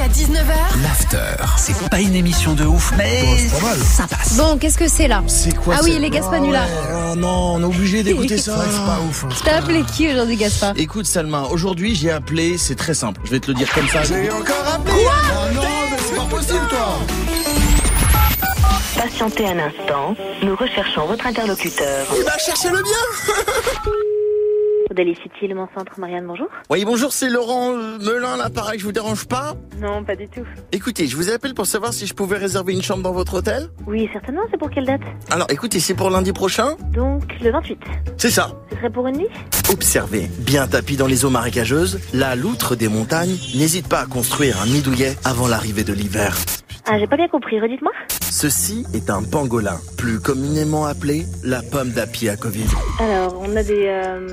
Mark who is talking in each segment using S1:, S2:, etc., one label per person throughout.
S1: à 19h.
S2: L'after, c'est pas une émission de ouf, mais
S3: Bon, Bah, c'est pas mal.
S2: ça passe.
S4: Bon, qu'est-ce que c'est là
S3: C'est quoi
S4: Ah oui, les Gaspanulas.
S3: Oh, non, on est obligé d'écouter ça. C'est pas ouf.
S4: T'as appelé qui aujourd'hui, Gaspard
S5: Écoute Salma, aujourd'hui j'ai appelé, c'est très simple, je vais te le dire comme ça.
S3: J'ai encore appelé. Ah non, mais c'est pas possible, toi.
S6: Patientez un instant, nous recherchons votre interlocuteur.
S3: Il
S5: Eh ben,
S3: va chercher le bien.
S6: Odélie City, Le Mans Centre, Marianne, bonjour
S5: Oui bonjour, c'est Laurent euh, Melin, là pareil, je vous dérange pas
S6: Non, pas du tout.
S5: Écoutez, je vous appelle pour savoir si je pouvais réserver une chambre dans votre hôtel.
S6: Oui, certainement, c'est pour quelle date
S5: Alors écoutez, c'est pour lundi prochain
S6: Donc, le 28.
S5: C'est ça.
S6: Ce serait pour une nuit
S5: Observez, bien tapis dans les eaux marécageuses, la loutre des montagnes n'hésite pas à construire un nid douillet avant l'arrivée de l'hiver.
S6: Ah, j'ai pas bien compris, redites-moi.
S5: Ceci est un pangolin, plus communément appelé la pomme d'api à Covid.
S6: Alors, on a des, euh,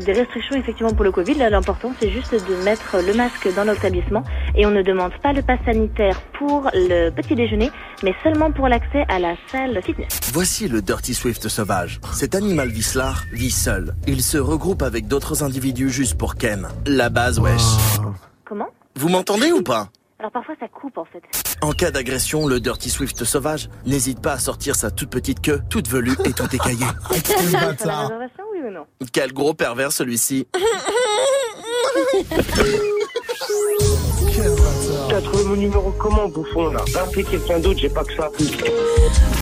S6: des restrictions effectivement pour le Covid. Là, l'important, c'est juste de mettre le masque dans l'établissement et on ne demande pas le pass sanitaire pour le petit déjeuner, mais seulement pour l'accès à la salle fitness.
S5: Voici le Dirty Swift sauvage. Cet animal vicelard vit seul. Il se regroupe avec d'autres individus juste pour Ken. La base, wesh.
S6: Comment
S5: Vous m'entendez ou pas
S6: Alors, parfois, ça coupe en fait.
S5: En cas d'agression, le Dirty Swift sauvage n'hésite pas à sortir sa toute petite queue, toute velue et tout écaillée.
S3: Quel
S6: Sur la
S3: bâtard.
S6: réservation, oui ou non
S5: Quel gros pervers celui-ci.
S3: Quel bâtard.
S7: T'as trouvé mon numéro comment, bouffon, là Va appeler quelqu'un d'autre, j'ai pas que ça.